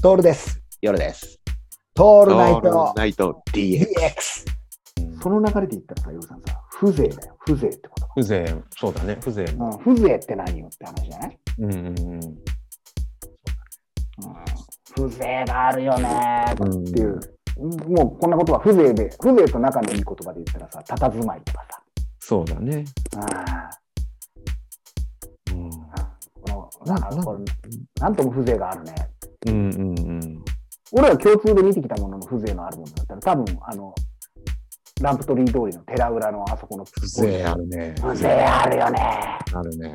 トールです。夜です。トオールナイトナイト DX。 DX。その流れで言ったらさ、ヨルさんさ、風情だよ、風情ってこと。風情、そうだね、風情も。うん、風情って何よって話じゃない、うんうんううん。ん、風情があるよねーうんっていう、もうこんなことは風情で、風情と仲のいい言葉で言ったらさ、佇まいとかそうだね。さ、あうんーこのななんかこれなんとも風情があるね。うんうんうん。俺ら共通で見てきたものの風情のあるものだったら、多分あの、ランプトリー通りの寺裏のあそこの風情あるね。風情あるよね。あるね。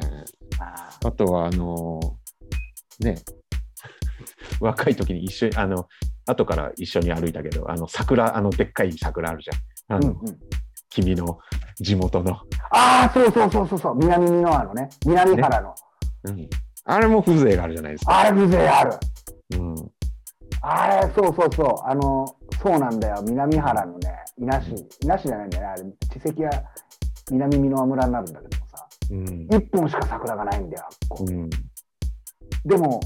あーあとは、あのーね、 若い時に一緒に、あの、後から一緒に歩いたけど、あの、桜、あの、でっかい桜あるじゃん。あうんの、うん、君の地元の。ああ、そうそうそうそうそう、南美濃あのね、南原の、うん。あれも風情があるじゃないですか。あれ風情ある。うん。あれ、そうそうそう、あの、そうなんだよ、南原のね、伊那市、伊那市じゃないんだよね、あれ、地籍は南美濃村になるんだけどさ、うん。一本しか桜がないんだよ、あっこうん。でも、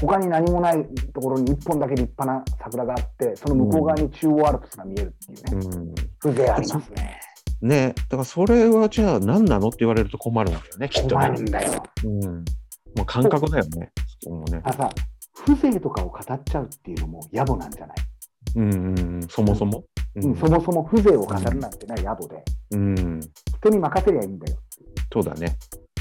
他に何もないところに一本だけ立派な桜があって、その向こう側に中央アルプスが見えるっていうね、うん風情ありますね。ねだからそれはじゃあ何なのって言われると困るんだよね、きっと困ねる。んだよ。うん。もう感覚だよね。そこもねあ。さ、風情とかを語っちゃうっていうのも野暮なんじゃない、うんうんうん。そもそも。ううん、そもそも風情を語るなんてね、野暮で。うん。人に任せりゃいいんだよ。そうだね。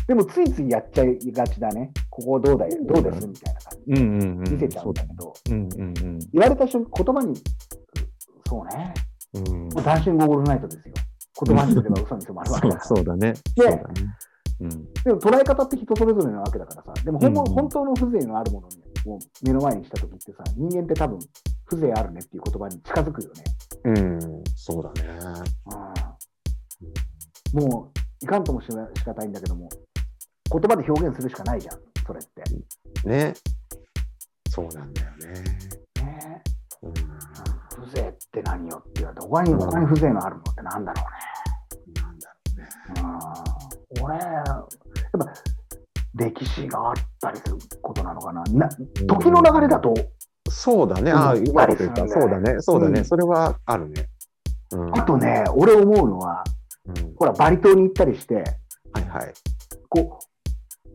でもついついやっちゃいがちだね。ここどうだよ、どうですみたいな感うんうんうじん。見せちゃうそんうだだけね。ど、うんうん言われた瞬間、言葉に、そうね、うん。うん。もうダンシングオールナイトですよ。言葉にすれば嘘に染まるわけ そだうから。そうだね。そうだね。うん。でも捉え方って人それぞれなわけだからさ、でもほんま、うんうん本当の風情のあるものを目の前にしたときってさ、人間って多分、風情あるねっていう言葉に近づくよね。うん。そうだね。うん、もう、いかんともしな仕方ないんだけども、言葉で表現するしかないじゃん、それって。ね。そうなんだよね。ねうん風情って何よって言われて、他に他に風情のあるのってなんだろなんだうね。うん、俺、やっぱ歴史があったりすることなのかな。なろう時の流れだと、そうだね。うんああ、うまいこと言った。そうだね。そうだうね。んそれはあるね。うんあとね、俺思うのは、うんほら、バリ島に行ったりして、はいはい。こ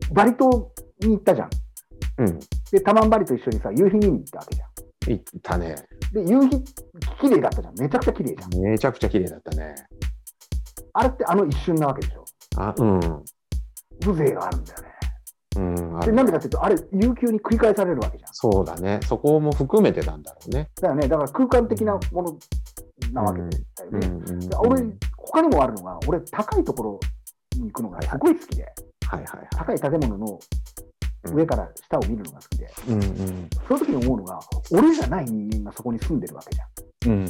う、バリ島に行ったじゃん。うん。で、タマンバリと一緒にさ、夕日見に行ったわけじゃん。いったね。で、夕日、綺麗だったじゃん。めちゃくちゃ綺麗じゃん。めちゃくちゃ綺麗だったね。あれってあの一瞬なわけでしょ。あ、うん。風情があるんだよね。うん。あで、るなんでかっていうと、あれ、悠久に繰り返されるわけじゃん。そうだね。そこも含めてなんだろうね。だよね、だから空間的なものなわけで、だよねうんで俺、他にもあるのが、俺、高いところに行くのがすごい好きで、はいはいは高い建物のい。上から下を見るのが好きで、うんうんその時に思うのが、俺じゃない人間がそこに住んでるわけじゃん。うんうん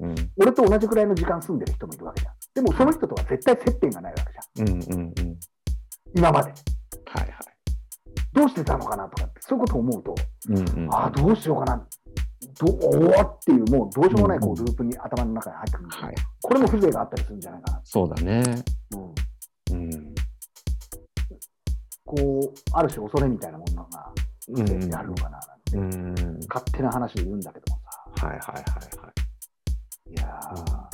うんうん俺と同じくらいの時間住んでる人もいるわけじゃん。でも、その人とは絶対接点がないわけじゃん。うんうんうん。今まで。はいはい。どうしてたのかなとかって、そういうことを思うと、うんうん。ああ、どうしようかな。どうおーっていう、もうどうしようもないこうループに頭の中に入ってくるんだよはい。これも風情があったりするんじゃないかな。そうだね。うんうん。こう、ある種恐れみたいなものがうん出てあるのかな、うん。勝手な話で言うんだけどもさ。はいはいはいはい。いやー